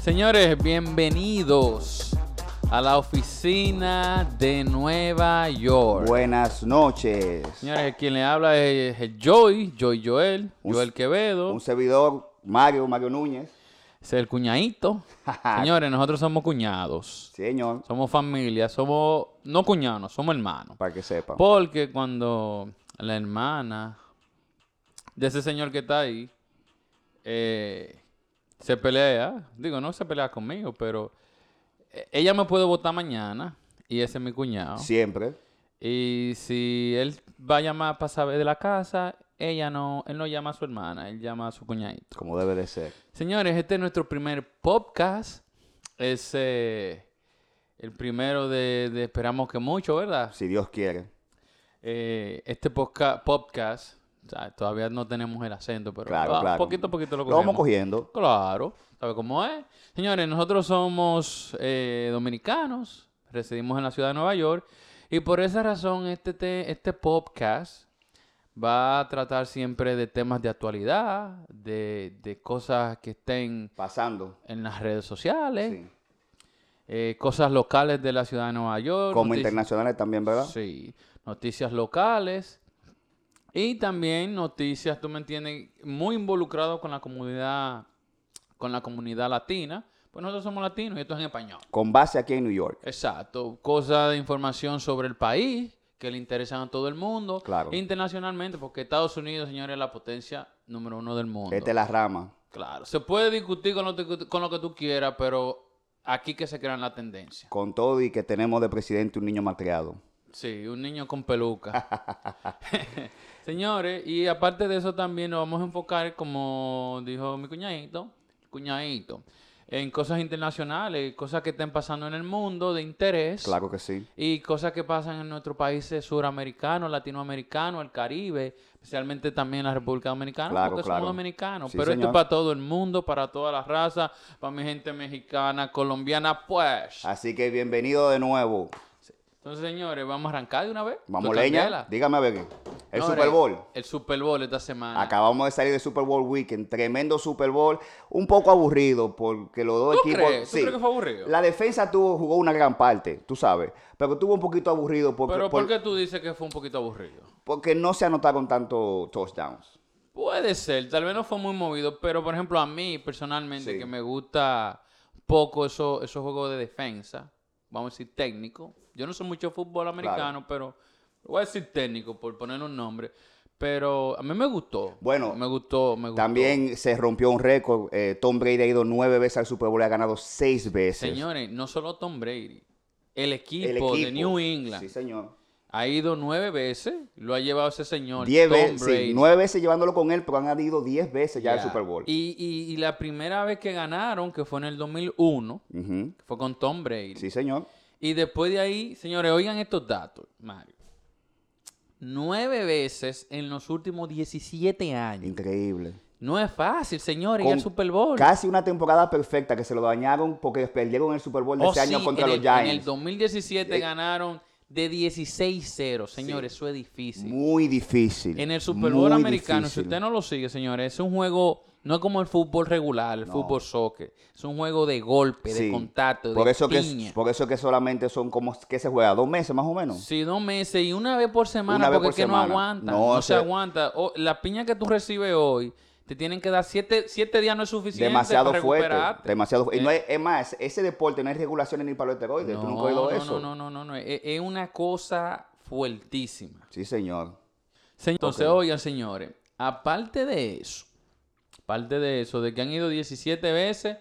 Señores, bienvenidos a la oficina de Nueva York. Buenas noches. Señores, quien le habla es, es Joy, Joy Joel, Un- Joel Quevedo, Un servidor, Mario, Mario Núñez. es el cuñadito. Señores, nosotros somos cuñados, Señor, somos familia, somos, no cuñados, somos hermanos. para que sepan. Porque cuando la hermana de ese señor que está ahí eh, se pelea, digo, no se pelea conmigo, pero eh, ella me puede votar mañana y ese es mi cuñado. Siempre. Y si él va a llamar para saber de la casa, ella no, él no llama a su hermana, él llama a su cuñadito. Como debe de ser. Señores, este es nuestro primer podcast. Es eh, el primero de, de esperamos que mucho, ¿verdad? Si Dios quiere. Eh, este posca- podcast, o sea, todavía no tenemos el acento, pero Claro, va- claro. Ah, poquito a poquito lo Lo cogemos. vamos cogiendo. Claro, ¿sabe cómo es? Señores, nosotros somos eh, dominicanos, residimos en la ciudad de Nueva York y por esa razón este, te- este podcast va a tratar siempre de temas de actualidad, de, de cosas que estén Pasando. en las redes sociales, Sí. eh, cosas locales de la ciudad de Nueva York. Como noticias- internacionales también, ¿verdad? Sí, noticias locales y también noticias, tú me entiendes, muy involucrado con la comunidad con la comunidad latina, pues nosotros somos latinos y esto es en español. Con base aquí en New York. Exacto, cosas de información sobre el país que le interesan a todo el mundo, Claro. internacionalmente, porque Estados Unidos, señores, es la potencia número uno del mundo. Esta es Este la rama. Claro, se puede discutir con lo, que- con lo que tú quieras, pero aquí que se crean la tendencia. Con todo y que tenemos de presidente un niño malcriado. Sí, un niño con peluca. Señores, y aparte de eso también nos vamos a enfocar, como dijo mi cuñadito, cuñadito, en cosas internacionales, cosas que estén pasando en el mundo de interés Claro que sí. y cosas que pasan en nuestros países suramericanos, latinoamericanos, el Caribe, especialmente también la República Dominicana, Claro, porque claro. somos dominicanos. Sí, pero esto es señor. para todo el mundo, para todas las razas, para mi gente mexicana, colombiana, pues. Así que bienvenido de nuevo. Entonces, señores, vamos a arrancar de una vez. Vamos, Total leña. vela. Dígame a ver. El No, eh, Super el- Bowl. El Super Bowl esta semana. Acabamos de salir de Super Bowl Weekend, tremendo Super Bowl, un poco aburrido porque los dos ¿Tú equipos. crees? ¿Tú crees que fue aburrido? La defensa tuvo, jugó una gran parte, tú sabes, pero tuvo un poquito aburrido porque, Pero por- ¿por qué tú dices que fue un poquito aburrido? porque no se anotaron tanto touchdowns. Puede ser, tal vez no fue muy movido, pero por ejemplo a mí personalmente Sí. que me gusta poco eso- esos juegos de defensa, vamos a decir técnico. Yo no soy mucho de fútbol americano, pero voy a decir técnico por poner un nombre. Pero a mí me gustó. Bueno, me gustó, me gustó. También se rompió un récord, eh, Tom Brady ha ido nueve veces al Super Bowl y ha ganado seis veces. Señores, no solo Tom Brady, el equipo, El de equipo. New England Sí, señor. ha ido nueve veces, lo ha llevado ese señor. Diez Tom veces, sí, Brady. nueve veces llevándolo con él, pero han ido diez veces ya al Ya. Super Bowl. Y, y- y la primera vez que ganaron, que fue en el 2001, Ujú. fue con Tom Brady. Sí, señor. Y después de ahí, señores, oigan estos datos, Mario. Nueve veces en los últimos 17 años. Increíble. No es fácil, señores, ir Con al Super Bowl. Casi una temporada perfecta que se lo dañaron porque perdieron el Super Bowl de Oh, ese año sí, contra en los el- En el Giants. 2017 Eh, ganaron de 16-0. Señores, eso es difícil. Muy difícil. En el Super Bowl muy americano, si difícil. usted no lo sigue, señores, es un juego, no es como el fútbol regular, el No. fútbol soccer. Es un juego de golpe, de Sí. contacto, por de eso piña. Que, por eso que solamente son como que se juega dos meses más o menos. Sí, dos meses y una vez por semana, Una vez porque por es que no semana. aguanta, no, No, se se- aguanta. O- la piña que tú recibes hoy, te tienen que dar siete, siete días no es suficiente demasiado para fuerte. recuperarte. Eh. Demasiado fu- Y no es, es más, ese deporte no hay regulaciones ni para los esteroides. no, ¿Tú nunca has oído no, eso? no, no, no, no, no, Es, es una cosa fuertísima. Sí, señor. Señ- Entonces, Ok. oigan, señores, aparte de eso, aparte de eso, de que han ido 17 veces,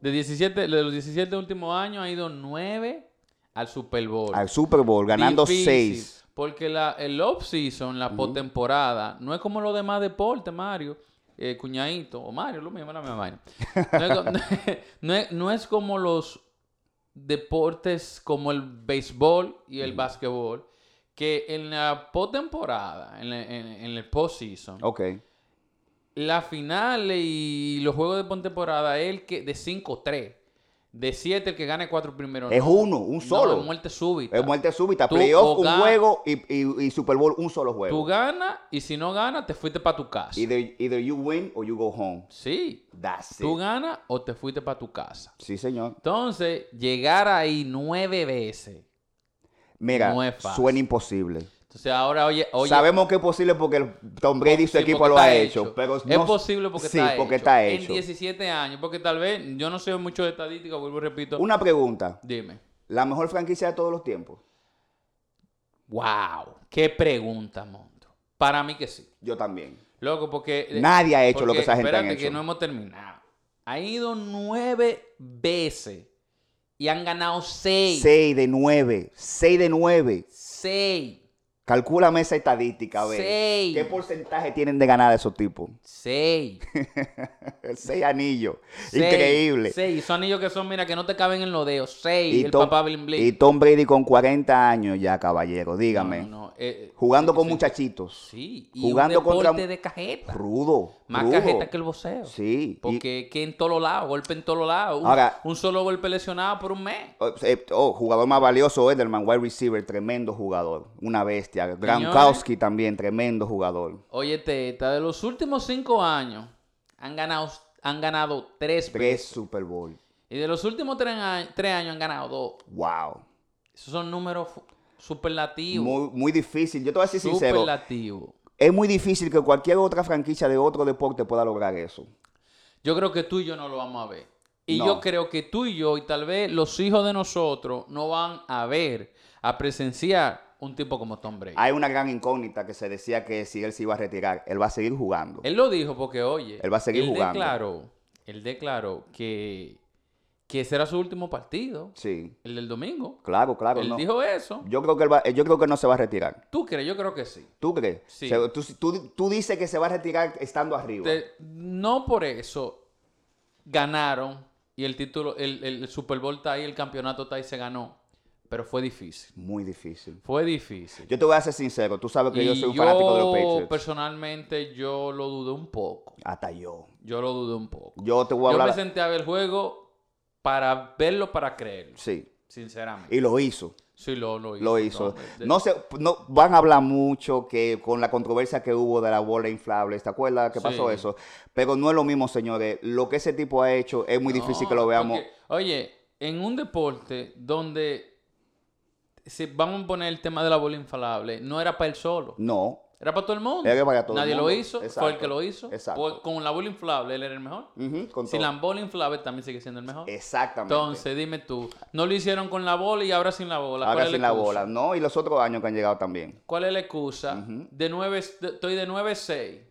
de 17, de los 17 últimos años, ha ido 9 al Super Bowl. Al Super Bowl, ganando Difícil, seis. Porque la, el off-season, la postemporada, no es como los demás deportes, Mario. Eh, cuñadito, o Mario, lo mismo, la misma vaina. No es, co- no es- no es- no es como los deportes como el béisbol y el básquetbol, que en la postemporada, en, la- en, en el postseason, Ok. las finales y los juegos de postemporada es el que de 5-3. De siete, el que gane cuatro primero. Es no. uno, un solo. No, es muerte súbita. Es muerte súbita. Tú Playoff, o un ganas- juego y, y- y Super Bowl, un solo Tú juego. ganas y si no ganas, te fuiste para tu casa. Either, either you win or you go home. Sí. That's Tú it. ganas o te fuiste para tu casa. Sí, señor. Entonces, llegar ahí nueve veces. Mira, No es fácil. suena imposible. Entonces, ahora, oye, oye. Sabemos que es posible porque el Tom Brady y su sí, equipo porque lo ha está hecho. Pero es no- posible porque sí, está hecho. porque está hecho. En 17 años, porque tal vez, yo no sé mucho de estadística, vuelvo y repito. Una pregunta. Dime. ¿La mejor franquicia de todos los tiempos? Wow, qué pregunta, Monto. Para mí que sí. Yo también. Loco, porque. eh, Nadie ha hecho lo que esa gente ha espérate, hecho. que no hemos terminado. Ha ido nueve veces y han ganado seis. Seis de nueve. Seis de nueve. Seis. Calcúlame esa estadística, a ver. Seis. ¿Qué porcentaje tienen de ganar esos tipos? Seis. Seis anillos. Seis. Increíble. Seis. Son anillos que son, mira, que no te caben en los dedos. Seis. el Tom, papá Blin Blin. y Tom Brady con 40 años ya, caballero. No, Dígame. no, no, eh, Jugando con sí, muchachitos. Sí. Y Jugando un deporte contra- de cajeta. Rudo. Más rudo. cajeta que el voceo. Sí. y- Porque que en todos lados, golpe en todos lados. Un, Ahora- un solo golpe lesionado por un mes. Oh, eh, oh, jugador más valioso, Edelman, wide receiver, tremendo jugador, una bestia. Gronkowski también, tremendo jugador. Oye, Teta, de los últimos cinco años han ganado, han ganado tres, Tres veces. Super Bowl. Y de los últimos tres, a- tres años han ganado dos. Wow. Esos son números fu- superlativos. Muy, muy difícil. Yo te voy a decir sincero. superlativos. Es muy difícil que cualquier otra franquicia de otro deporte pueda lograr eso. Yo creo que tú y yo no lo vamos a ver. Y No. yo creo que tú y yo, y tal vez los hijos de nosotros, no van a ver, a presenciar un tipo como Tom Brady. Hay una gran incógnita que se decía que si él se iba a retirar, él va a seguir jugando. Él lo dijo porque, oye, Él va a seguir él jugando. Declaró, él declaró que, que ese era su último partido, Sí, el del domingo. claro, claro. él no. dijo eso. Yo creo que él va- eh, yo creo que no se va a retirar. ¿Tú crees? Yo creo que sí. ¿Tú crees? Sí. O sea, tú, tú- tú dices que se va a retirar estando arriba. Te- no por eso ganaron y el título, el, el Super Bowl está ahí, el campeonato está ahí, se ganó. Pero fue difícil. Muy difícil. Fue difícil. Yo te voy a ser sincero, tú sabes que yo Y soy un fanático de los yo, Patriots. personalmente, yo lo dudé un poco. Hasta yo. Yo lo dudé un poco. Yo te voy a Yo hablar. me senté a ver el juego para verlo, para creerlo. Sí. Sinceramente. Y lo hizo. Sí, lo, lo hizo. Lo hizo. de- No sé, no van a hablar mucho que con la controversia que hubo de la bola inflable, ¿te acuerdas que pasó Sí. eso? Pero no es lo mismo, señores. Lo que ese tipo ha hecho es muy no, difícil que lo veamos. porque, oye, en un deporte donde, si vamos a poner el tema de la bola infalable, no era para él solo. No. Era para todo el mundo. Era para todo el Nadie mundo. lo hizo. Exacto. Fue el que lo hizo. Exacto. Fue- con la bola inflable, él era el mejor. Ujú, con Sin todo. la bola inflable, también sigue siendo el mejor. Exactamente. Entonces, dime tú, no lo hicieron con la bola y ahora sin la bola. Ahora ¿Cuál es sin la excusa? bola, ¿no? Y los otros años que han llegado también. ¿Cuál es la excusa? de nueve, de- estoy de 9-6.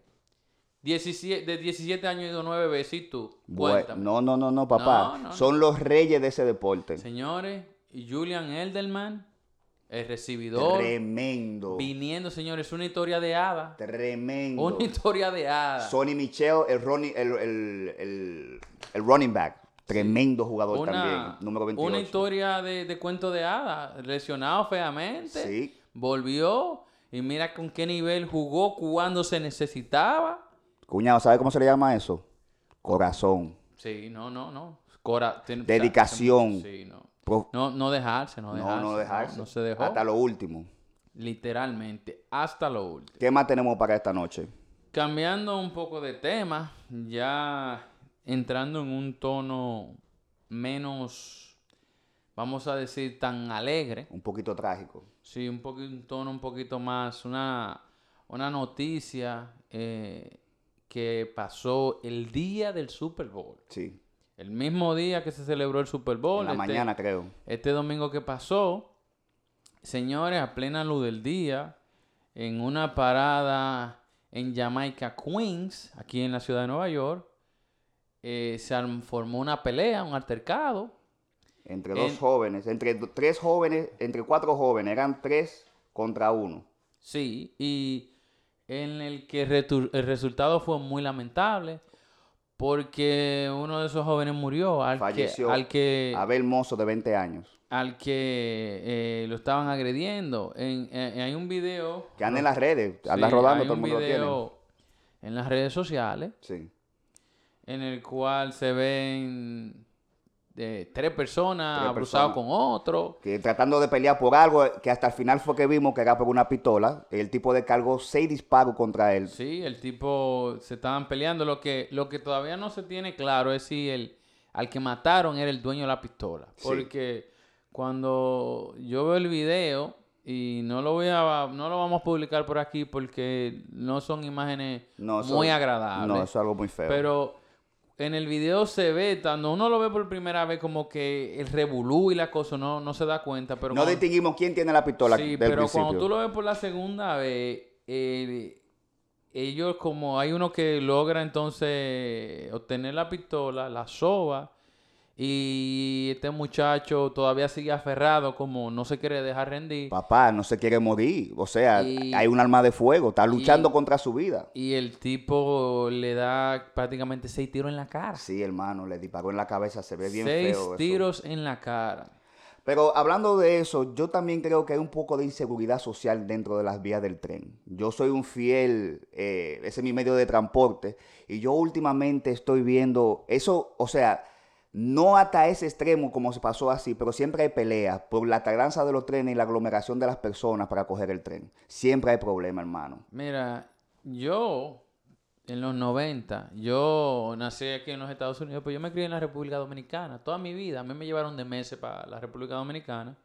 17 de 17 años he ido 9 veces y tú. Bueno, Cuéntame. no, no, no, no, No, papá. no, Son los reyes de ese deporte. Señores, y Julian Elderman, el recibidor, Tremendo. viniendo, señores, una historia de hada. Tremendo. Una historia de hada. Sonny Michel, el, running- el, el- el- el running back. Tremendo jugador una, también. Número 28. una historia de, de cuento de hada. Lesionado feamente. Sí. Volvió. Y mira con qué nivel jugó cuando se necesitaba. Cuñado, ¿sabe cómo se le llama eso? Corazón. Sí, no, no, no. Cora, ten- Dedicación. o sea, sí, no. Pro- No, no dejarse, no dejarse. no, no dejarse. no se dejó. Hasta lo último. Literalmente, hasta lo último. ¿Qué más tenemos para esta noche? Cambiando un poco de tema, ya entrando en un tono menos, vamos a decir, tan alegre. Un poquito trágico. Sí, un, poqui- un tono un poquito más, una, una noticia eh, que pasó el día del Super Bowl. Sí. El mismo día que se celebró el Super Bowl. En la este- mañana, creo. este domingo que pasó, señores, a plena luz del día, en una parada en Jamaica, Queens, aquí en la ciudad de Nueva York, eh, se arm- formó una pelea, un altercado. Entre en- dos jóvenes. Entre do- tres jóvenes. Entre cuatro jóvenes. Eran tres contra uno. Sí, y en el que retu- el resultado fue muy lamentable porque uno de esos jóvenes murió, al Falleció. que al que Abel Mozo, de 20 años. al que eh, lo estaban agrediendo. En- en- hay un video Que anda en las redes. Anda Ah. Sí, rodando, hay todo el un mundo lo video En las redes sociales, tiene. Sí. en el cual se ven eh, tres personas Tres abusado personas. con otro. que tratando de pelear por algo que hasta el final fue que vimos que era por una pistola. El tipo de cargó seis disparos contra él. Sí, el tipo se estaban peleando. Lo que, lo que todavía no se tiene claro es si el al que mataron era el dueño de la pistola. Sí. Porque cuando yo veo el video, y no lo voy a, no lo vamos a publicar por aquí porque no son imágenes No, eso- muy agradables. No, eso es algo muy feo. Pero en el video se ve, cuando uno lo ve por primera vez, como que el revolú y la cosa no, no se da cuenta. Pero no cuando- distinguimos quién tiene la pistola Sí, del pero principio. cuando tú lo ves por la segunda vez, eh, ellos como hay uno que logra entonces obtener la pistola, la soba, y este muchacho todavía sigue aferrado, como no se quiere dejar rendir. Papá, no se quiere morir. O sea, Y- hay un arma de fuego. Está luchando y- contra su vida. Y el tipo le da prácticamente seis tiros en la cara. Sí, hermano, le disparó en la cabeza. Se ve bien seis feo. eso. tiros en la cara. Pero hablando de eso, yo también creo que hay un poco de inseguridad social dentro de las vías del tren. Yo soy un fiel, eh, ese es mi medio de transporte, y yo últimamente estoy viendo eso, o sea, no hasta ese extremo como se pasó así, pero siempre hay peleas por la tardanza de los trenes y la aglomeración de las personas para coger el tren. Siempre hay problemas, hermano. Mira, yo en los 90, yo nací aquí en los Estados Unidos, pero yo me crié en la República Dominicana. Toda mi vida, a mí me llevaron de meses para la República Dominicana.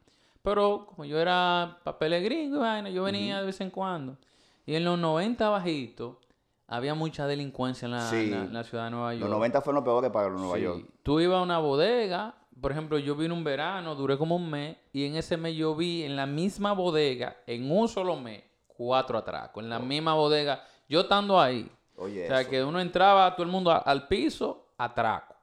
Pero como yo era papel gringo, y vaina, yo venía de vez en cuando. Y en los 90 bajito, había mucha delincuencia en la, Sí. en la- en la ciudad de Nueva York. Los 90 fueron los peores para los Nueva Sí. York. Tú ibas a una bodega, por ejemplo, yo vine un verano, duré como un mes, y en ese mes yo vi en la misma bodega, en un solo mes, cuatro atracos. En la misma bodega, yo estando ahí. Oye, O sea, eso. que uno entraba, todo el mundo a- al piso, atraco.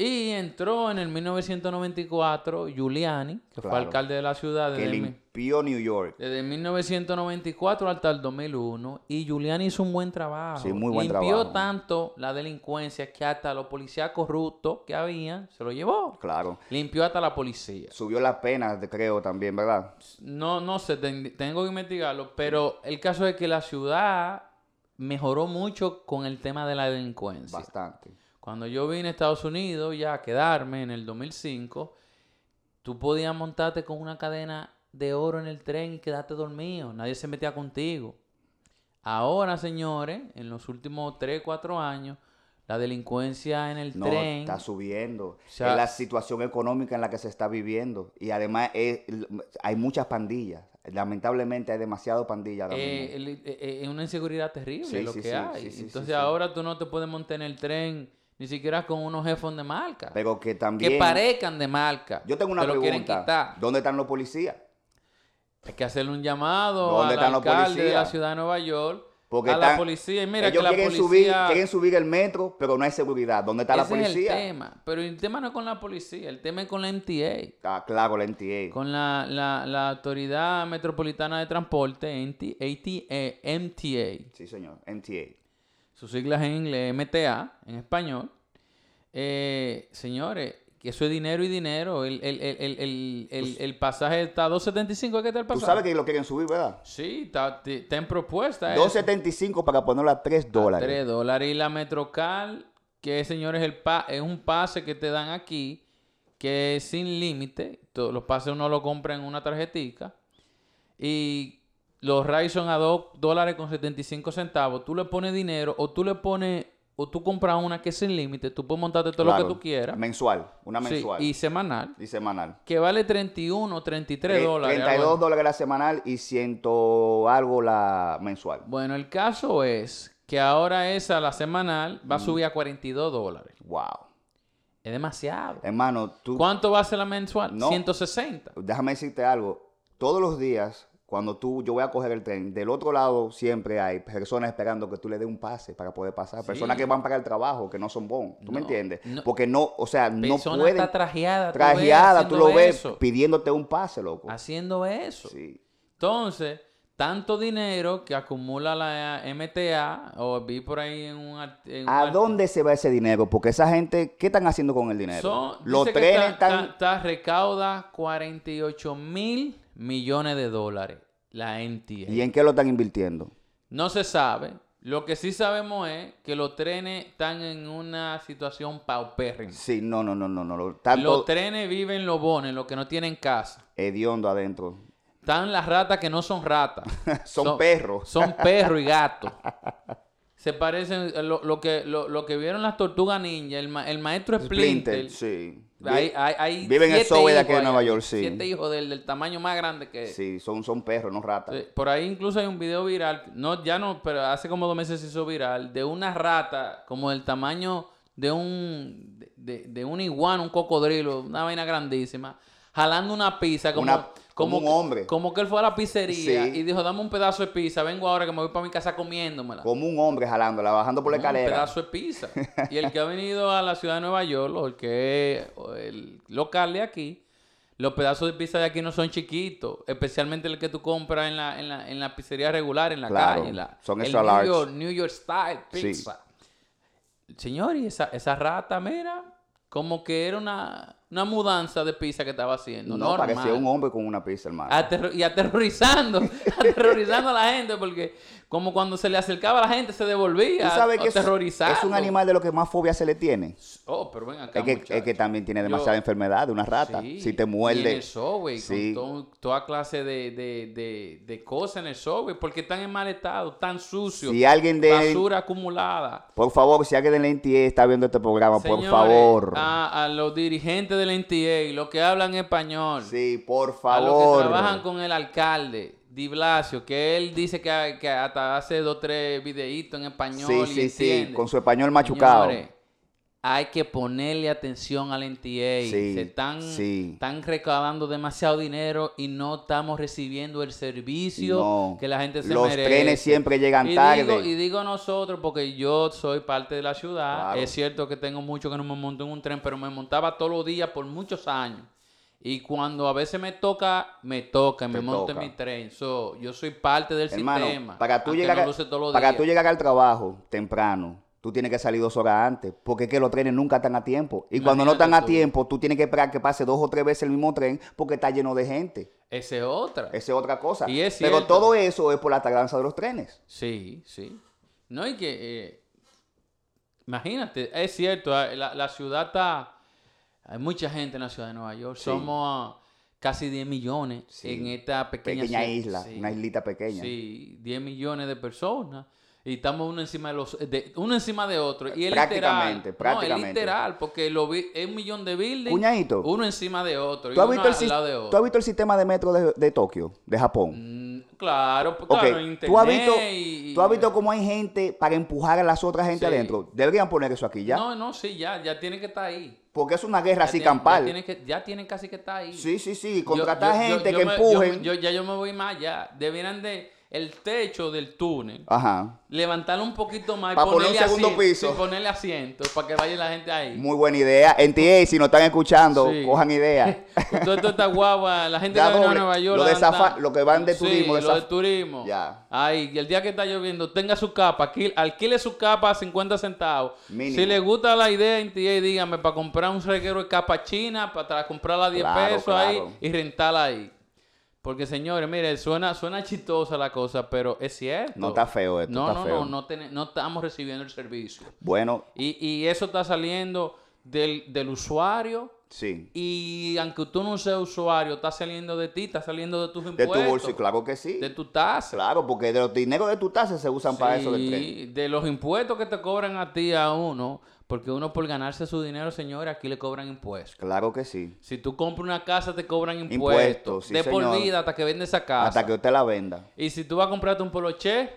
Y entró en el 1994 Giuliani, que fue Claro. alcalde de la ciudad que desde, mi- limpió New York. desde 1994 hasta el 2001 y Giuliani hizo un buen trabajo. Sí, muy buen Limpió trabajo. tanto la delincuencia que hasta los policías corruptos que habían se lo llevó. Claro. Limpió hasta la policía. Subió las penas, creo, también, ¿verdad? No, no sé, ten- tengo que investigarlo, pero el caso es que la ciudad mejoró mucho con el tema de la delincuencia. Bastante. Cuando yo vine a Estados Unidos ya a quedarme en el 2005, tú podías montarte con una cadena de oro en el tren y quedarte dormido. Nadie se metía contigo. Ahora, señores, en los últimos 3, 4 años, la delincuencia en el No, tren... está subiendo. sea- es la situación económica en la que se está viviendo. Y además es- hay muchas pandillas. Lamentablemente hay demasiado pandillas. ahora eh, mismo. el- eh, eh, es una inseguridad terrible Sí, lo sí, que sí, hay. sí, sí, sí, Entonces sí. ahora tú no te puedes montar en el tren ni siquiera con unos jefes de marca. Pero que también... que parezcan de marca. Yo tengo una que lo quieren pregunta. quitar. ¿Dónde están los policías? Hay que hacerle un llamado al ¿Dónde están los alcalde de la policías? ciudad de Nueva York, Porque a la están- policía. Y mira Ellos que la quieren, policía... subir, quieren subir el metro, pero no hay seguridad. ¿Dónde está la Ese Es el policía? tema. Pero el tema no es con la policía, el tema es con la MTA, Ah, claro, la NTA. con la, la, la Autoridad Metropolitana de Transporte, NT ATA, MTA. Sí, señor. NTA. Sus siglas en inglés, MTA, en español. Eh, señores, que eso es dinero y dinero. El, el, el, el, el, el- el pasaje está a 2.75, ¿qué tal el Pues Tú pasaje? sabes que lo quieren subir, ¿verdad? Sí, está, te- está en propuesta. eso. 2.75 para ponerlo a 3 dólares. 3 dólares. Y la Metrocal, que señores, el pa es un pase que te dan aquí, que es sin límite. To- Los pases uno lo compra en una tarjetica. Y los rides son a 2 dólares con 75 centavos. Tú le pones dinero o tú le pones, o tú compras una que es sin límite. Tú puedes montarte todo lo Claro. que tú quieras. Mensual. Una Sí, mensual. y semanal. y semanal. Que vale 31, 33 Tre- dólares. algo 32 así. dólares la semanal y ciento algo la mensual. Bueno, el caso es que ahora esa, la semanal, Mm. va a subir a 42 dólares. Wow. Es demasiado. Hermano, tú ¿Cuánto va a ser la mensual? No. 160. déjame decirte algo. Todos los días, cuando tú, yo voy a coger el tren, del otro lado siempre hay personas esperando que tú le des un pase para poder pasar. Personas Sí. que van para el trabajo, que no son bon. ¿Tú No, me entiendes? no. Porque no, o sea, no Persona pueden. está trajeada. tú ves trajeada, tú, haciendo lo ves eso, pidiéndote un pase, loco. haciendo eso. Sí. Entonces, tanto dinero que acumula la eh, MTA, o vi por ahí en un... art- en un ¿A art- dónde se va ese dinero? Porque esa gente, ¿qué están haciendo con el dinero? Son, los dice que trenes está- están... está- está recauda 48 mil millones de dólares la MTA. ¿Y en qué lo están invirtiendo? No se sabe. Lo que sí sabemos es que los trenes están en una situación paupérrima. Sí, no, no, no, no, no. lo- Tanto Los trenes viven los bones, los que no tienen casa. hediondo adentro. Están las ratas que no son ratas. Son perros. Son perros y gatos. Se parecen eh, lo, lo que, lo, lo que vieron las tortugas ninja, el, ma- el maestro Splinter. Splinter, sí. Hay, hay, hay Vive en el siete subway de aquí de hijos Nueva ahí, York, sí. Siete hijos del, del tamaño más grande que Sí, son, son perros, no ratas. Eh, Por ahí incluso hay un video viral, no, ya no, pero hace como dos meses se hizo viral, de una rata como del tamaño de un, de- de, de un iguana, un cocodrilo, una vaina grandísima, jalando una pizza como, Una- como un que- hombre. Como que él fue a la pizzería Sí. y dijo, dame un pedazo de pizza, vengo ahora que me voy para mi casa comiéndomela. Como un hombre jalándola, bajando por la Un escalera. pedazo de pizza. Y el que ha venido a la ciudad de Nueva York, o el que es o el local de aquí, los pedazos de pizza de aquí no son chiquitos. Especialmente el que tú compras en la, en la, en la pizzería regular, en la Claro, calle. en la- son el extra New large. York, New York style Sí. pizza. Señor, y esa, esa rata, mira, como que era una, una mudanza de pizza que estaba haciendo. No, normal. parecía un hombre con una pizza, hermano. Aterro- y aterrorizando, aterrorizando a la gente, porque como cuando se le acercaba a la gente se devolvía, Tú sabes que es, aterrorizado. es un animal de lo que más fobia se le tiene. Oh, pero ven acá, Es que, muchacho. es que también tiene Yo- demasiada enfermedad, una rata. Sí, si te y en muerde. el subway, Sí. con to- toda clase de, de, de, de cosas en el subway, porque están en mal estado, tan sucios, Si alguien de- basura acumulada. Por favor, si alguien de la NTA está viendo este programa, por Señores, ah, favor. A, a los dirigentes del NTA, los que hablan español, Sí, por a los que favor. trabajan con el alcalde Di Blasio, que él dice que, que hasta hace dos tres videitos en español. sí, y sí, sí, entiende. con su español machucado. Señores, hay que ponerle atención al NTA. Sí, Se están, sí. están recaudando demasiado dinero y no estamos recibiendo el servicio No. que la gente se Los merece. trenes siempre llegan Y tarde. digo- y digo nosotros porque yo soy parte de la ciudad. Claro. Es cierto que tengo mucho que no me monto en un tren, pero me montaba todos los días por muchos años. Y cuando a veces me toca, me toca, y me Te monto toca. en mi tren. So, yo soy parte del Hermano, sistema. para tú aunque llegar no a- lo use todos los para días. tú llegar al trabajo temprano, tú tienes que salir dos horas antes, porque es que los trenes nunca están a tiempo. Y cuando no Imagínate están a tú. tiempo, tú tienes que esperar que pase dos o tres veces el mismo tren, porque está lleno de gente. Esa es otra. Esa es otra cosa. Y es Pero cierto. todo eso es por la tardanza de los trenes. Sí, sí. No, y que. eh, imagínate, es cierto, eh, la, la ciudad está. Hay mucha gente en la ciudad de Nueva York. Sí. Somos ah, casi 10 millones Sí. en esta pequeña, Pequeña ci- isla, sí, una islita pequeña. Sí, 10 millones de personas. Y estamos uno encima de los de- uno encima de otro. Y es Prácticamente, literal. No, es prácticamente. literal, porque lo vi- es un millón de buildings. Cuñadito. Uno encima de otro. y ¿Tú has, uno visto el, al sis- lado de otro. tú has visto el sistema de metro de, de Tokio, de Japón? Mm, Claro, pues, Ok, claro, internet ¿Tú, has visto, y- ¿Tú has visto cómo hay gente para empujar a las otras Sí. gente adentro? Deberían poner eso aquí ya. No, no, sí, ya, ya tiene que estar ahí. Porque es una guerra Ya así tiene- campal. Ya tiene, que, ya tiene casi que estar ahí. Sí, sí, sí. Yo- Contratar yo- yo- gente yo que me- empujen. Yo, yo- ya yo me voy más allá. Debieran de el techo del túnel. Ajá. Levantarlo un poquito más y Pa' poner un ponerle segundo asiento, piso. y ponerle asiento para que vaya la gente ahí. Muy buena idea. NTA, si nos están escuchando, Sí. cojan idea. Entonces, toda esta guagua, la gente Ya que viene a doble. Nueva York. Lo la de andan- zafa- lo que van de turismo, de Sí, lo zaf- de turismo. Ya. Ay, y el día que está lloviendo, tenga su capa, alquil- alquile su capa a 50 centavos. Mínimo. Si le gusta la idea, NTA, dígame, para comprar un reguero de capa china, para tra- comprarla a 10 Claro, pesos claro. ahí y rentarla ahí. Porque, señores, mire, suena, suena chistosa la cosa, pero es cierto. No está feo esto, No, está no, feo. no, no, ten- no estamos recibiendo el servicio. Bueno, Y, y eso está saliendo del, del usuario sí. y aunque tú no seas usuario, está saliendo de ti, está saliendo de tus De impuestos. tu bolso, y claro que sí. De tu tasa. Claro, porque de los dineros de tu tasa se usan para eso del tren. Sí, de los impuestos que te cobran a ti a uno, porque uno por ganarse su dinero, señores, aquí le cobran impuestos. Claro que sí. Si tú compras una casa, te cobran impuestos. Impuestos, sí, de por señor. vida hasta que vendes esa casa. Hasta que usted la venda. Y si tú vas a comprarte un poloche,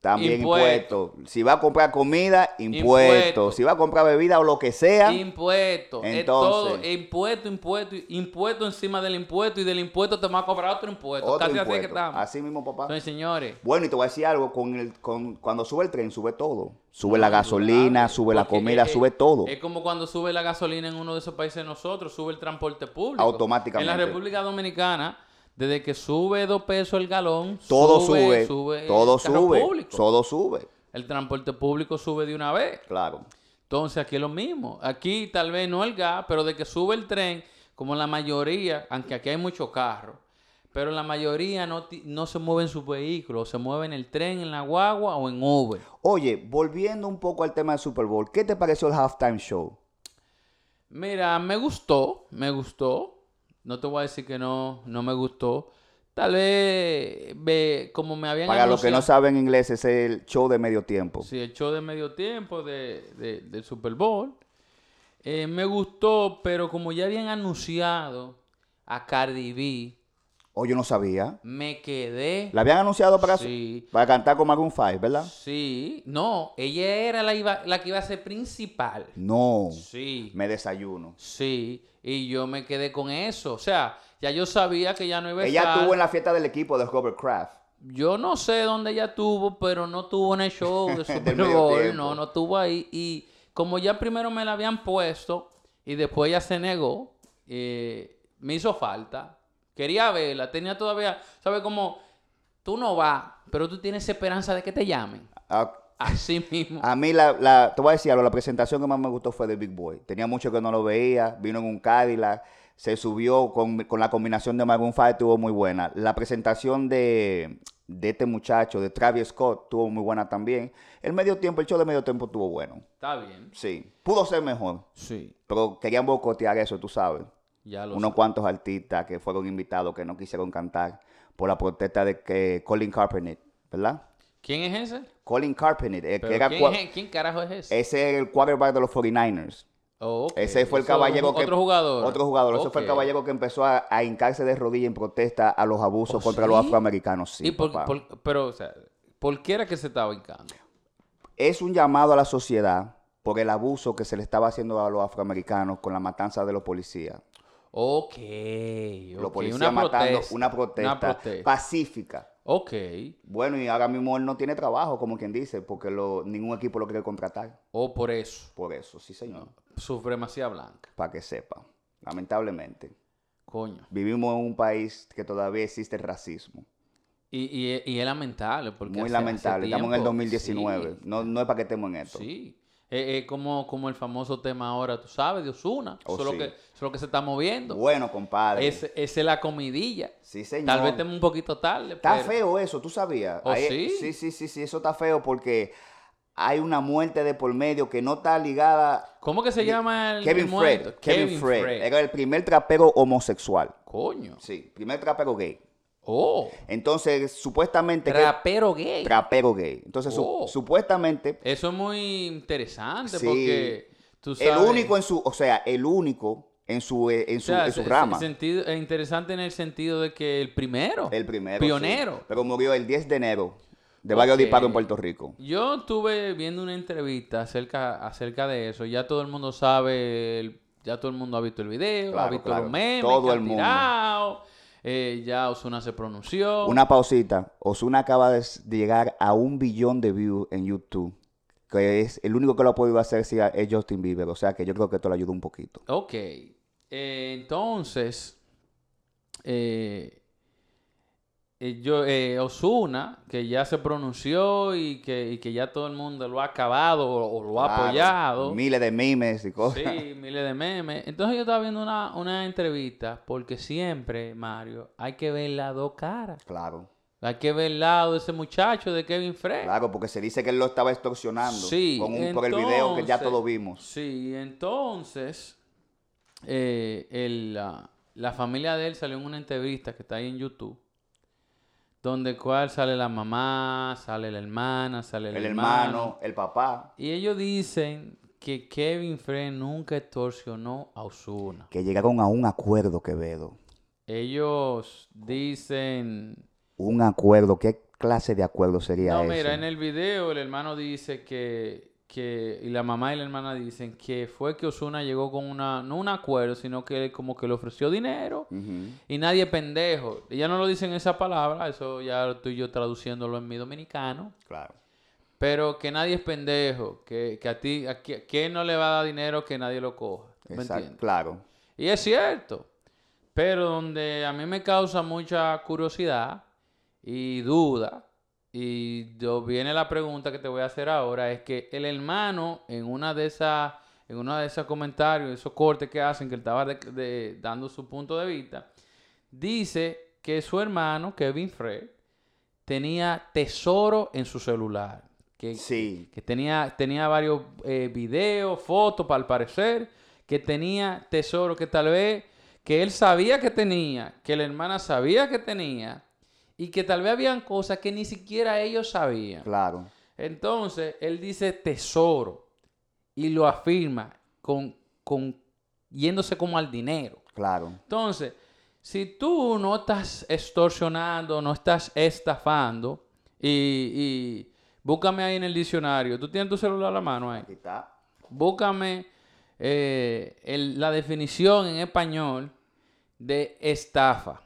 También Impuesto. impuesto. Si va a comprar comida, impuesto. Impuesto. Si va a comprar bebida o lo que sea, impuestos. es Entonces. todo, impuesto, impuesto, impuesto encima del impuesto y del impuesto te van a cobrar otro impuesto. otro Casi así que impuesto. estamos. Así mismo, papá. Entonces, señores. Bueno, y te voy a decir algo, con el, con, cuando sube el tren, sube todo. Sube la gasolina, sube la Porque comida, es- sube todo. Es como cuando sube la gasolina en uno de esos países de nosotros, sube el transporte público. Automáticamente. En la República Dominicana, desde que sube dos pesos el galón, Todo sube, todo el carro sube, público. todo sube, El transporte público sube de una vez. claro. Entonces aquí es lo mismo. Aquí tal vez no el gas, pero de que sube el tren, como la mayoría, aunque aquí hay muchos carros, Pero la mayoría no, ti- no se mueve en su vehículo, se mueve en el tren, en la guagua o en Uber. Oye, volviendo un poco al tema del Super Bowl, ¿qué te pareció el halftime show? Mira, me gustó, me gustó. No te voy a decir que no, no me gustó. Tal vez, ve, como me habían Para los que no anunciado- saben inglés, es el show de medio tiempo. Sí, el show de medio tiempo de, de- del Super Bowl. Eh, me gustó, pero como ya habían anunciado a Cardi B, O Oh, yo no sabía. me quedé. La habían anunciado para, Sí. para cantar con Maroon 5, ¿verdad? Sí, no, ella era la, iba- la que iba a ser principal. No, Sí, me desayuno. sí, y yo me quedé con eso. O sea, ya yo sabía que ya no iba a Ella estar. estuvo en la fiesta del equipo de Robert Kraft. Yo no sé dónde ella tuvo, pero no tuvo en el show de Super medio Bowl, tiempo. no, no tuvo ahí. Y como ya primero me la habían puesto y después ella se negó, eh, me hizo falta. Quería verla, tenía todavía, ¿sabes cómo? Tú no vas, pero tú tienes esperanza de que te llamen. A, Así mismo. a mí, la, la- te voy a decir algo, la presentación que más me gustó fue de Big Boy. Tenía mucho que no lo veía, vino en un Cadillac, se subió con, con la combinación de Maroon 5, estuvo muy buena. La presentación de, de este muchacho, de Travis Scott, estuvo muy buena también. El medio tiempo, el show de medio tiempo estuvo bueno. Está bien. Sí, pudo ser mejor, Sí, pero querían bocotear eso, tú sabes. ya lo unos cuantos artistas que fueron invitados que no quisieron cantar por la protesta de que Colin Kaepernick, ¿verdad? sé. ¿Quién es ese? Colin Kaepernick, el Pero que era ¿quién, cua- es- quién carajo es ese? ese era el quarterback de los 49ers. Oh, ok. Ese fue el Eso, caballero que Otro jugador. Otro jugador, ese fue el Ok. caballero que empezó a, a hincarse de rodillas en protesta a los abusos ¿Oh, contra los sí? afroamericanos. Sí, y por- papá. por- pero, o sea, ¿por qué era que se estaba hincando? Es un llamado a la sociedad por el abuso que se le estaba haciendo a los afroamericanos con la matanza de los policías. Ok. Los ok, policías una matando protesta. una protesta protesta. pacífica. Ok. Bueno, y ahora mismo él no tiene trabajo, como quien dice, porque lo, ningún equipo lo quiere contratar. O por eso. Por eso, sí, señor. Supremacía blanca. Para que sepa. Lamentablemente. Coño. Vivimos en un país que todavía existe el racismo. Y, y, y es lamentable. Porque Muy hace- hace lamentable. Estamos en el tiempo- 2019. Sí. No, no es para que estemos en esto. sí. Eh, eh, como, como el famoso tema ahora, tú sabes, de Osuna. Oh, eso, es lo sí. que, eso es lo que se está moviendo. Bueno, compadre. Ese- Esa es la comidilla. Sí, señor. Tal vez estemos un poquito tarde. Está pero- feo eso, tú sabías. ¿Oh, Ahí- sí? sí, sí, sí, sí, eso está feo porque hay una muerte de por medio que no está ligada. ¿Cómo que se llama el Kevin el muerto? Fred. Kevin, Fred. Fred. Era el primer trapero homosexual. Coño. Sí, primer trapero gay. Oh. Entonces, supuestamente. que- Rapero gay. trapero gay. Entonces, su- Oh. supuestamente, Eso es muy interesante Sí. porque tú sabes. el único en su. O sea, el único en su, eh, en o su, sea, en su se- rama. se- sentido- es interesante en el sentido de que el primero. el primero. Pionero. sí. Pero murió el 10 de enero de varios Ok. disparos en Puerto Rico. Yo estuve viendo una entrevista acerca, acerca de eso. Ya todo el mundo sabe, el- ya todo el mundo ha visto el video, ha Claro, visto claro. los memes, Todo que han el mundo. tirado. Eh, ya Osuna se pronunció. Una pausita. Osuna acaba de, s- de llegar a un billón de views en YouTube. Que es el único que lo ha podido hacer sí, es Justin Bieber. O sea que yo creo que esto le ayuda un poquito. Ok. Eh, entonces, eh, eh, yo, Osuna, que ya se pronunció y que, y que ya todo el mundo lo ha acabado o, o lo ha Claro, apoyado. Miles de memes y cosas. Sí, miles de memes. Entonces yo estaba viendo una, una entrevista porque siempre, Mario, hay que ver las dos caras. Claro. Hay que ver el lado de ese muchacho de Kevin Fred. Claro, porque se dice que él lo estaba extorsionando Sí, con un- por el video que ya entonces- todos vimos. Sí, entonces eh, el, la, la familia de él salió en una entrevista que está ahí en YouTube, donde cual sale la mamá, sale la hermana, sale el, el hermano, el papá, Y ellos dicen que Kevin Frey nunca extorsionó a Osuna. que llegaron a un acuerdo, Quevedo. Ellos dicen... Un acuerdo, ¿qué clase de acuerdo sería No, eso? mira, en el video el hermano dice que, que- y la mamá y la hermana dicen que fue que Osuna llegó con una, no un acuerdo, sino que él como que le ofreció dinero Ujú. y nadie es pendejo. Ella no lo dicen esa palabra, eso ya estoy yo traduciéndolo en mi dominicano. Claro. Pero que nadie es pendejo, que, que a ti, a que, que no le va a dar dinero que nadie lo coja. ¿Me Exacto, entiendes? Claro. Y es cierto. Pero donde a mí me causa mucha curiosidad y duda, y yo- viene la pregunta que te voy a hacer ahora, es que el hermano en una de esas, en uno de esos comentarios, esos cortes que hacen, que él estaba de- de- dando su punto de vista, dice que su hermano, Kevin Fred, tenía tesoro en su celular. Que, Sí. que tenía, tenía varios eh, videos, fotos, para al parecer, que tenía tesoro que tal vez que él sabía que tenía, que la hermana sabía que tenía, y que tal vez habían cosas que ni siquiera ellos sabían. Claro. Entonces, él dice tesoro y lo afirma con, con yéndose como al dinero. Claro. Entonces, si tú no estás extorsionando, no estás estafando, y, y búscame ahí en el diccionario, tú tienes tu celular a la mano ahí, Aquí está. búscame eh, el- la definición en español de estafa.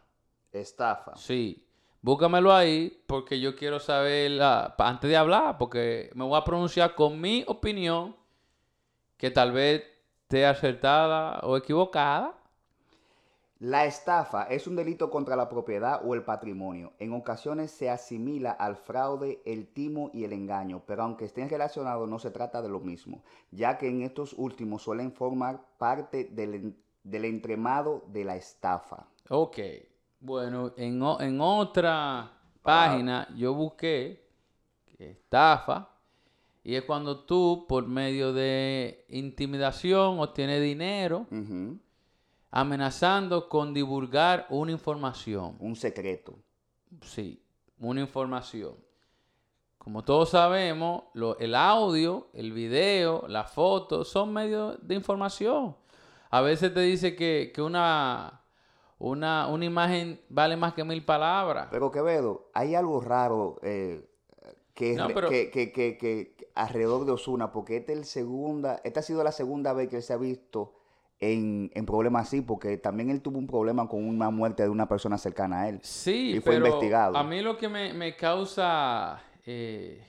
Estafa. Sí, búscamelo ahí porque yo quiero saber, la- pa- antes de hablar, porque me voy a pronunciar con mi opinión, que tal vez esté acertada o equivocada. La estafa es un delito contra la propiedad o el patrimonio. En ocasiones se asimila al fraude, el timo y el engaño, pero aunque estén relacionados no se trata de lo mismo, ya que en estos últimos suelen formar parte del, en- del entremado de la estafa. Ok, bueno, en, o- en otra página yo busqué estafa y es cuando tú por medio de intimidación obtienes dinero Ujú. amenazando con divulgar una información. Un secreto. Sí, una información. Como todos sabemos, lo- el audio, el video, la foto son medios de información. A veces te dice que, que una, una, una imagen vale más que mil palabras. Pero Quevedo, hay algo raro eh, que, No, re- pero- que, que- que- que- que alrededor de Osuna, porque esta, es el segunda, esta ha sido la segunda vez que él se ha visto en, en problemas así, porque también él tuvo un problema con una muerte de una persona cercana a él. Sí, y fue pero investigado. a mí lo que me, me causa eh,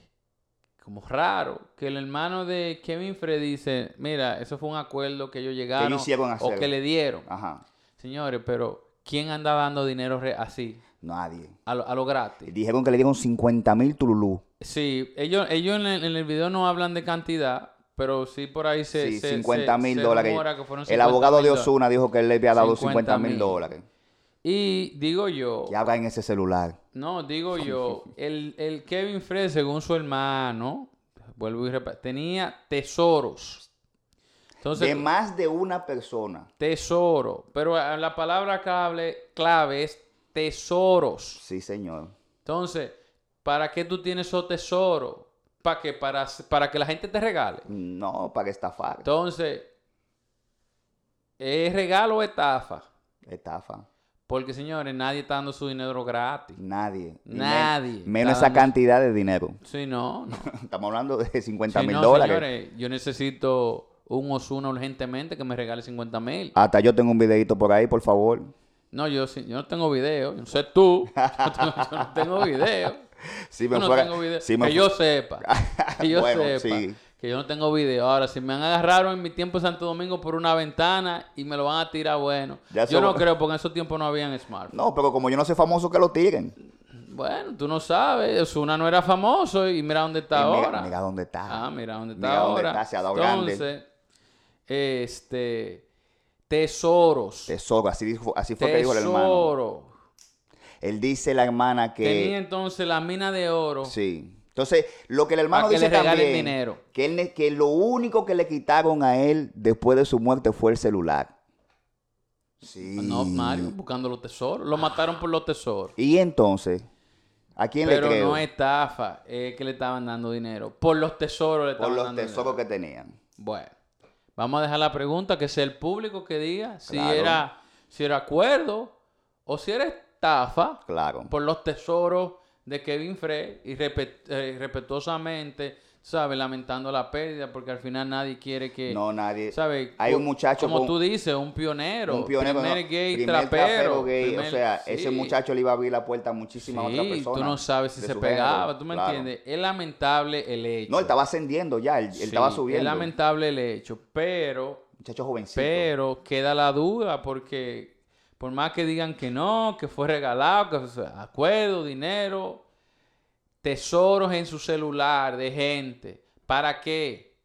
como raro, que el hermano de Kevin Fred dice, mira, eso fue un acuerdo que ellos llegaron hicieron Ah. o hacer. que le dieron. Ajá, Señores, pero ¿quién anda dando dinero re- así? nadie. A lo, a lo gratis. Dijeron que le dieron 50 mil Tululú. Sí, ellos, ellos en, el, en el video no hablan de cantidad, pero sí por ahí se... Sí, se- se- 50 mil se dólares. rumora que fueron El 50 abogado mil de dólares. Osuna dijo que él le había dado 50 50.000. mil dólares. Y digo yo, ¿Qué habrá en ese celular? no, digo yo, el, el Kevin Fred, según su hermano, vuelvo y repito, tenía tesoros. Entonces, de más de una persona. tesoro, pero eh, la palabra clave, clave es tesoros. Sí, señor. Entonces, ¿para qué tú tienes esos tesoros? ¿Para qué? Para, para que la gente te regale. No, para estafar. Entonces, ¿es regalo o estafa? Estafa. Porque, señores, nadie está dando su dinero gratis. Nadie. Y men- Nadie. menos Está esa dando- cantidad de dinero. Si no, no. Estamos hablando de 50 Si mil no, dólares. señores, yo necesito un Osuna urgentemente que me regale 50 mil. Hasta yo tengo un videito por ahí, por favor. No, yo, sí- yo no tengo video. Yo no sé tú. Yo, tengo- yo no tengo video. Si Yo me no fuera- tengo video. si que me fu- yo sepa. Que yo Bueno, sepa. sí. Que yo no tengo video. Ahora, si me han agarrado en mi tiempo en Santo Domingo por una ventana y me lo van a tirar, bueno. Ya yo no somos- creo, porque en esos tiempos no habían smartphones. No, pero como yo no soy famoso, que lo tiren. Bueno, tú no sabes. Osuna no era famoso y mira dónde está Y Eh, mira- ahora. Mira, dónde está. Ah, mira dónde está Mira dónde ahora. está, se ha dado grande. Entonces, este tesoros. Tesoro, así, dijo- así fue que dijo el hermano. tesoro. Él dice la hermana que. Tenía entonces la mina de oro. Sí. Entonces, lo que el hermano Pa' que dice le regalen también, dinero. Que, él ne- que lo único que le quitaron a él después de su muerte fue el celular. Sí. Ah, No, Mario, buscando los tesoros. Lo mataron por los tesoros. Y entonces, ¿a quién Pero le creo? no estafa, es que le estaban dando dinero. Por los tesoros le Por estaban los dando tesoros que dinero. tenían. Bueno, vamos a dejar la pregunta, que sea el público que diga si Claro. era si era acuerdo o si era estafa. Claro. por los tesoros de Kevin Frey y respe- eh, respetuosamente, ¿sabes? Lamentando la pérdida porque al final nadie quiere que... No, nadie. ¿Sabe? Hay Co- un muchacho Como con- tú dices, un pionero. Un pionero. Primer no, gay primer trapero. gay. O primer- sea, sí, ese muchacho le iba a abrir la puerta a Sí, muchísimas otras personas. tú no sabes si de se su pegaba, género, tú me claro. entiendes. Es lamentable el hecho. No, él estaba ascendiendo ya, él, él Sí, estaba subiendo. Es lamentable el hecho, pero Muchacho jovencito. pero queda la duda porque por más que digan que no, que fue regalado, que fue acuerdo, dinero, tesoros en su celular de gente, ¿para qué?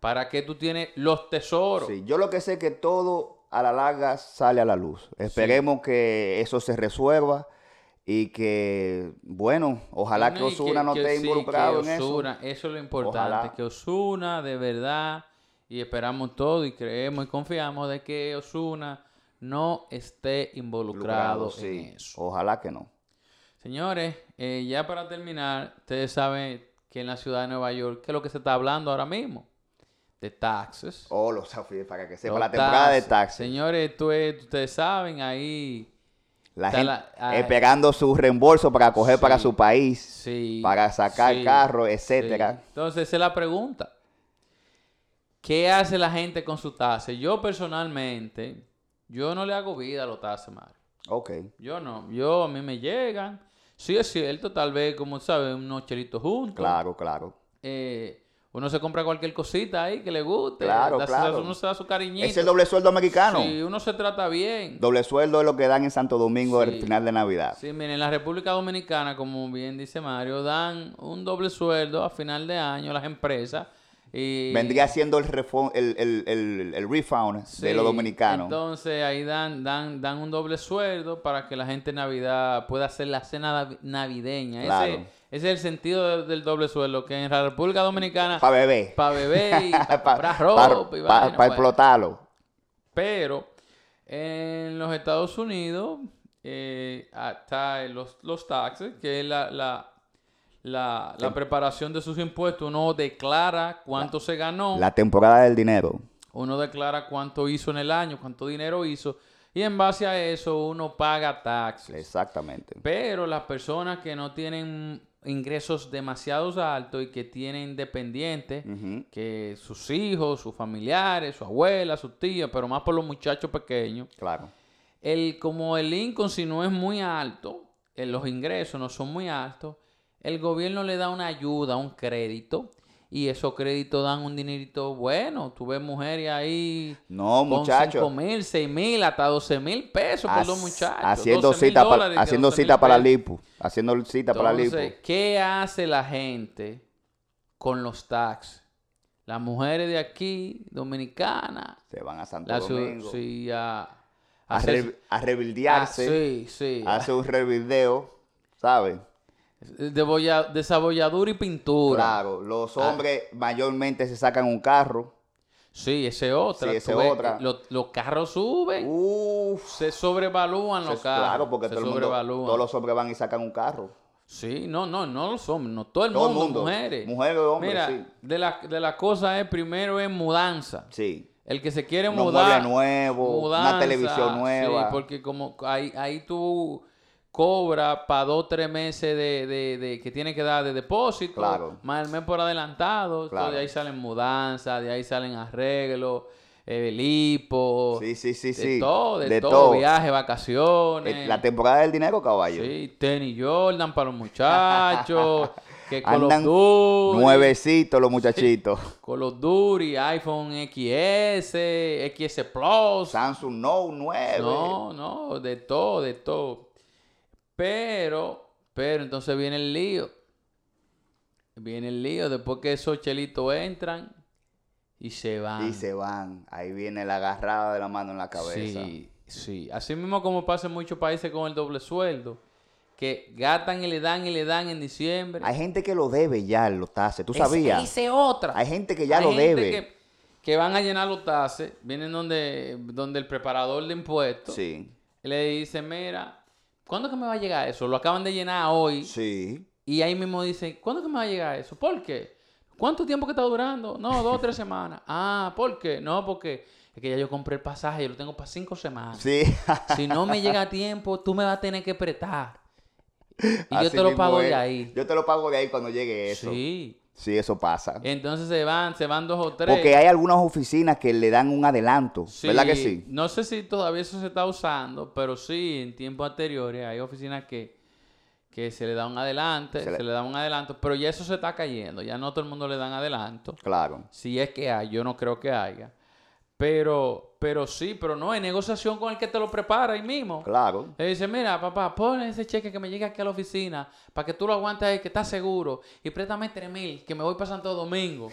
¿Para qué tú tienes los tesoros? Sí, yo lo que sé es que todo a la larga sale a la luz. Esperemos que eso se resuelva y que, bueno, ojalá No, que y Osuna no que esté sí, que involucrado en eso. Ozuna, eso es lo importante, Ojalá. que Osuna de verdad, y esperamos todo y creemos y confiamos de que Osuna no esté involucrado, en sí. eso. Ojalá que no. Señores, eh, ya para terminar, ustedes saben que en la ciudad de Nueva York, ¿qué es lo que se está hablando ahora mismo? De taxes. Oh, los desafíos, para que sepa Los la temporada de taxes. taxes. Señores, esto es- ustedes saben, ahí La Está gente la- ah, esperando su reembolso para coger para sí. su país, sí. para sacar sí. carro, Sí. etcétera. Entonces, esa es la pregunta. ¿Qué hace la gente con su tasa? Yo personalmente, yo no le hago vida a los tases, Mario. Ok. Yo no. Yo, a mí me llegan. Sí es cierto, tal vez, como sabes, unos chelitos juntos. Claro, claro. Eh, uno se compra cualquier cosita ahí que le guste. Claro, Da- claro. Uno se da su cariñito. Es el doble sueldo americano. Si uno se trata bien. Doble sueldo es lo que dan en Santo Domingo al Sí. final de Navidad. Sí, miren, en la República Dominicana, como bien dice Mario, dan un doble sueldo a final de año las empresas. Y Vendría siendo el, refo- el, el, el- el refund de los Sí, dominicanos. Entonces ahí dan, dan, dan un doble sueldo para que la gente en Navidad pueda hacer la cena nav- navideña. Ese- Claro. Ese, es el sentido de- del doble sueldo, que en la República Dominicana para beber. para beber y para comprar pa- ropa y vaina, pues. pa- pa bueno. explotarlo. Pero en los Estados Unidos eh, hasta los, los taxes, que es la, la, la, la preparación de sus impuestos. Uno declara cuánto se ganó, La temporada del dinero. uno declara cuánto hizo en el año, cuánto dinero hizo, y en base a eso uno paga taxes. Exactamente. Pero las personas que no tienen ingresos demasiados altos y que tienen dependientes, Ujú. que sus hijos, sus familiares, su abuela, sus tías, pero más por los muchachos pequeños, Claro. el, como el Lincoln no es muy alto, eh, los ingresos no son muy altos, el gobierno le da una ayuda, un crédito, y esos créditos dan un dinerito bueno. Tú ves mujeres ahí No, con muchachos. 5 mil, 6 mil, hasta 12 mil pesos por los Hac- muchachos. Haciendo 12.000 cita, pa- dólares, que haciendo 12.000 cita para pesos. Lipu. Haciendo cita para Lipu. Entonces, ¿qué hace la gente con los taxes? Las mujeres de aquí, dominicanas, Se van a Santo la ciudad, Domingo. sí, a, a A, hacer- re- a Ah, rebildearse. sí, sí. Hace un revideo. ¿Sabes? Debolla- desabolladura y pintura. Claro. Los Ah. hombres mayormente se sacan un carro. Sí, ese es otra. Sí, esa Tú es ves, otra. lo- los carros suben, Uf. se sobrevalúan los Se- carros. Claro, porque se todo el mundo- sobrevalúan. todos los hombres van y sacan un carro. Sí, no, no, no los hombres, no todo el Todo el mundo, mundo. mujeres. Mujeres, hombres, Mira, sí. de las de las cosas es primero es mudanza. Sí. El que se quiere Unos mudar. muebles nuevos, una televisión sí, nueva. porque como ahí, ahí tú cobras para dos tres meses de, de- de- que tienes que dar de depósito, Claro. más el mes por adelantado. Entonces, Claro. de ahí salen mudanzas, de ahí salen arreglos, eh, lipo, Sí, sí, sí, de sí. todo, de, todo, viajes, vacaciones. Eh, La temporada del dinero, caballo. Sí, tenis Jordan para los muchachos, que con Andan los duros. Nuevecitos los muchachitos. Con los Duri, iPhone XS, XS Plus. Samsung No 9. No, no, de todo, de todo. Pero, pero entonces viene el lío. Viene el lío después que esos chelitos entran y se van. Y se van. Ahí viene la agarrada de la mano en la cabeza. Sí, sí. Así mismo como pasa en muchos países con el doble sueldo, que gastan y le dan y le dan en diciembre. Hay gente que lo debe ya, lo tase. ¿Tú Esa- sabías? Hice otra. Hay gente que ya Hay lo gente debe. Que, que van a llenar los tases, vienen donde, donde el preparador de impuestos Sí. le dice, mira, ¿cuándo que me va a llegar eso? Lo acaban de llenar hoy Sí. y ahí mismo dicen, ¿cuándo que me va a llegar eso? ¿Por qué? ¿Cuánto tiempo que está durando? No, dos o tres semanas. Ah, ¿por qué? No, porque es que ya yo compré el pasaje, yo lo tengo para cinco semanas. Sí. Si no me llega a tiempo, tú me vas a tener que prestar. Y yo Así te lo mismo pago de es. ahí. Yo te lo pago de ahí cuando llegue eso. Sí, Sí. eso pasa. Entonces se van, se van dos o tres. Porque hay algunas oficinas que le dan un adelanto. ¿Verdad que sí? No sé si todavía eso se está usando, pero sí, en tiempos anteriores hay oficinas que, que se le da un adelante, Se se le- le... da un adelanto, pero ya eso se está cayendo, ya no todo el mundo le dan adelanto. Claro. Si es que hay, yo no creo que haya. Pero, pero sí, pero no, hay negociación con el que te lo prepara ahí mismo. Claro. Le dice, mira, papá, pon ese cheque que me llegue aquí a la oficina para que tú lo aguantes ahí, que estás seguro. Y préstame tres mil, que me voy para Santo Domingo.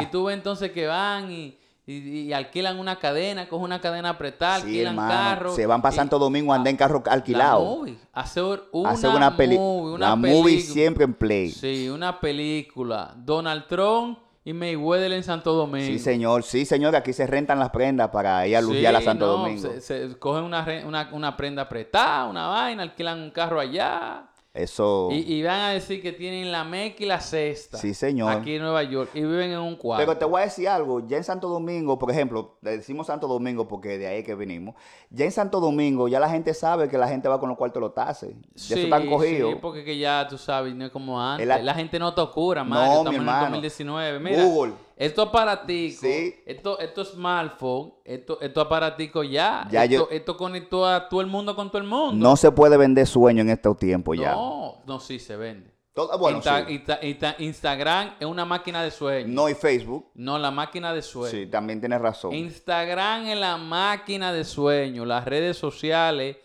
y tú ves entonces que van y, Y, y alquilan una cadena, cogen una cadena apretada, Sí, alquilan hermano, carros. se van para y- Santo Domingo, Ah, anden en carro alquilado. La movie. Hacer una, Hacer una película. movie, una La movie película. siempre en play. Sí, Sí, una película. Donald Trump y Mayweather en Santo Domingo. señor. Sí, señor. Aquí se rentan las prendas para ir a Sí, lujear a Santo no, Domingo. Se, se cogen una, re- una, una prenda apretada, una vaina, alquilan un carro allá. Eso. Y, y van a decir que tienen la meca y la cesta. Sí, señor. Aquí en Nueva York. Y viven en un cuarto. Pero te voy a decir algo, ya en Santo Domingo, por ejemplo, le decimos Santo Domingo porque de ahí es que vinimos, ya en Santo Domingo ya la gente sabe que la gente va con los cuartos de los tases, ya sí, se están cogidos. sí, porque que ya tú sabes, no es como antes. El a- La gente no te oscura, No, Mario. mi Estamos en el hermano. 2019. Mira, Google. estos aparaticos, Sí. estos estos smartphones, estos estos aparaticos ya. Ya esto, yo- esto conectó a todo el mundo con todo el mundo. No se puede vender sueño en estos tiempos ya. no, no, sí se vende. Todo- bueno, Insta- sí. Insta- Insta- Instagram es una máquina de sueño. No, No y Facebook. la máquina de sueño. Sí, también tienes razón. Instagram es la máquina de sueño, las redes sociales,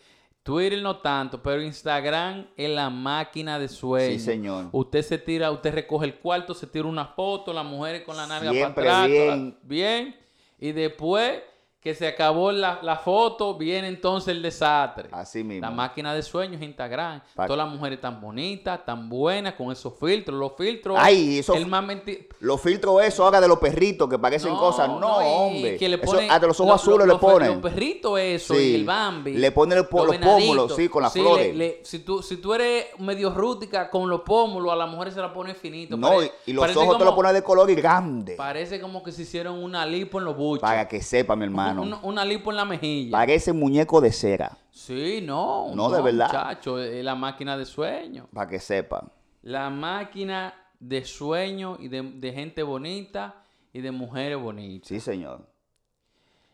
Twitter no tanto, pero Instagram es la máquina de sueño. Sí, señor. Usted se tira, usted recoge el cuarto, se tira una foto, las mujeres con la nalga Siempre para atrás, todas- bien. bien. Y después que se acabó la, la foto, viene entonces el desastre. Así La mismo. máquina de sueños Instagram. Pa- Todas las mujeres tan bonitas, tan buenas, con esos filtros. Los filtros. Ay, eso- El más menti- Los filtros eso ahora de los perritos que parecen No, cosas. No, no, y hombre. que le Eso, ponen- hasta los ojos lo- azules lo- le lo- ponen. Los perritos eso Sí. y el Bambi. Le ponen el po- los venaditos. pómulos, sí, con las le- flores. le- si, tú, si tú eres medio rútica con los pómulos, a las mujeres se la pone finito. no, y, Pare- y los ojos parece te los como- ponen de color y grande. Parece como que se hicieron una lipo en los buchos. Para que sepa, mi hermano. Un- una lipo en la mejilla. Parece muñeco de cera. Sí, no. No, de verdad. Muchacho, es la máquina de sueño. Para que sepa. La máquina de sueños y de, de gente bonita y de mujeres bonitas. Sí, señor.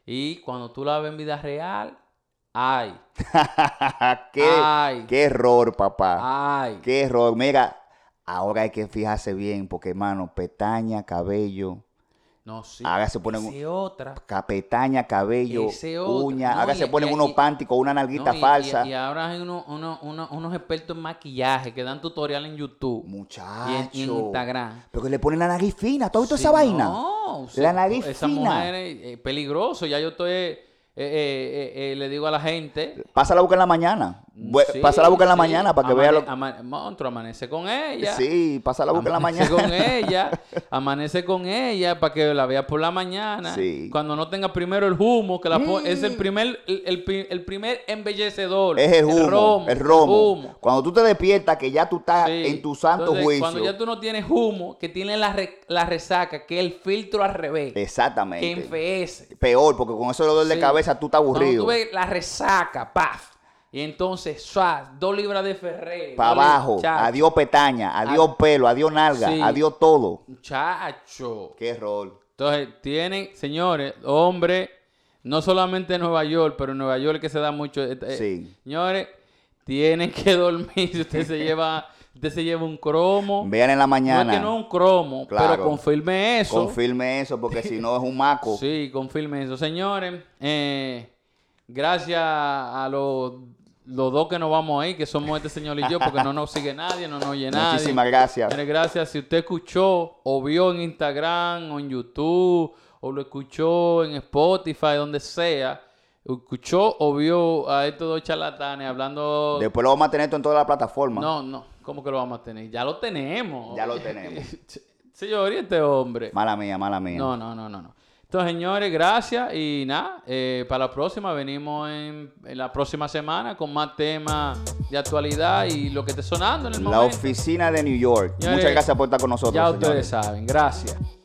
Y cuando tú la ves en vida real, ay, qué, Ay. qué error, papá. ay. Qué error. Mira, ahora hay que fijarse bien, porque, hermano, petaña, cabello. No, sí. Ahora se ponen un- Ese otra. ca- Petaña, cabello, Ese otro. uña. No, ahora y- se ponen y- unos y- panty con una No, nalguita y- y- falsa. Y, ahora hay uno- uno- uno- unos expertos en maquillaje que dan tutorial en YouTube y en- Muchacho. y en, Instagram. Pero que le ponen la nariz fina. ¿Tú has visto Sí, esa vaina? No, La nariz Esa fina. mujer es eh, peligroso. Ya yo estoy, eh, eh, eh, eh, le digo a la gente, Pásala a buscar en la mañana. Bue- Sí, pásala a buscar en la sí. mañana para que Amane- vea lo ama- Monstruo, amanece con ella. Sí, pásala a buscar en la Amanece mañana. con ella, amanece con ella para que la vea por la mañana. Sí. Cuando no tenga primero el humo, que la po- Mm. es el primer, el, el pri- el primer embellecedor. Es el humo. El el romo. humo. Cuando tú te despiertas, que ya tú estás Sí. en tu santo Entonces, juicio. Cuando ya tú no tienes humo, que tiene la, re- la resaca, que es el filtro al revés, que Exactamente. enfeece. Peor, porque con ese dolor de Sí. cabeza tú estás Cuando aburrido. tú ves la resaca, paf. Y entonces, suaz, dos libras de ferré. Para dos libras- abajo. Chacho. Adiós petaña, adiós pelo, adiós nalga, Sí. adiós todo. Muchacho. Qué error. Entonces, tienen, señores, hombre, no solamente en Nueva York, pero en Nueva York que se da mucho. eh, eh, Sí. Señores, tienen que dormir. Si usted se lleva, usted se lleva un cromo. Vean en la No es mañana. que no es un cromo, Claro. pero confirme eso. Confirme eso, porque si no es un maco. Sí, confirme eso. Señores, eh, gracias a los, los dos que nos vamos ahí, que somos este señor y yo, porque no nos sigue nadie, no nos oye nadie. Muchísimas gracias. Señores, gracias. Si usted escuchó o vio en Instagram o en YouTube o lo escuchó en Spotify, donde sea, escuchó o vio a estos dos charlatanes hablando... Después lo vamos a tener esto en todas las plataformas. No, no, ¿cómo que lo vamos a tener? Ya lo tenemos. Ya lo tenemos. Señor, y este hombre. Mala mía, mala mía. No, no, no, no, no. Entonces, señores, gracias y nada, eh, para la próxima venimos en, en la próxima semana con más temas de actualidad y lo que esté sonando en el la este momento. oficina de New York. Señores, Muchas gracias por estar con nosotros. ya señores. ustedes saben, gracias.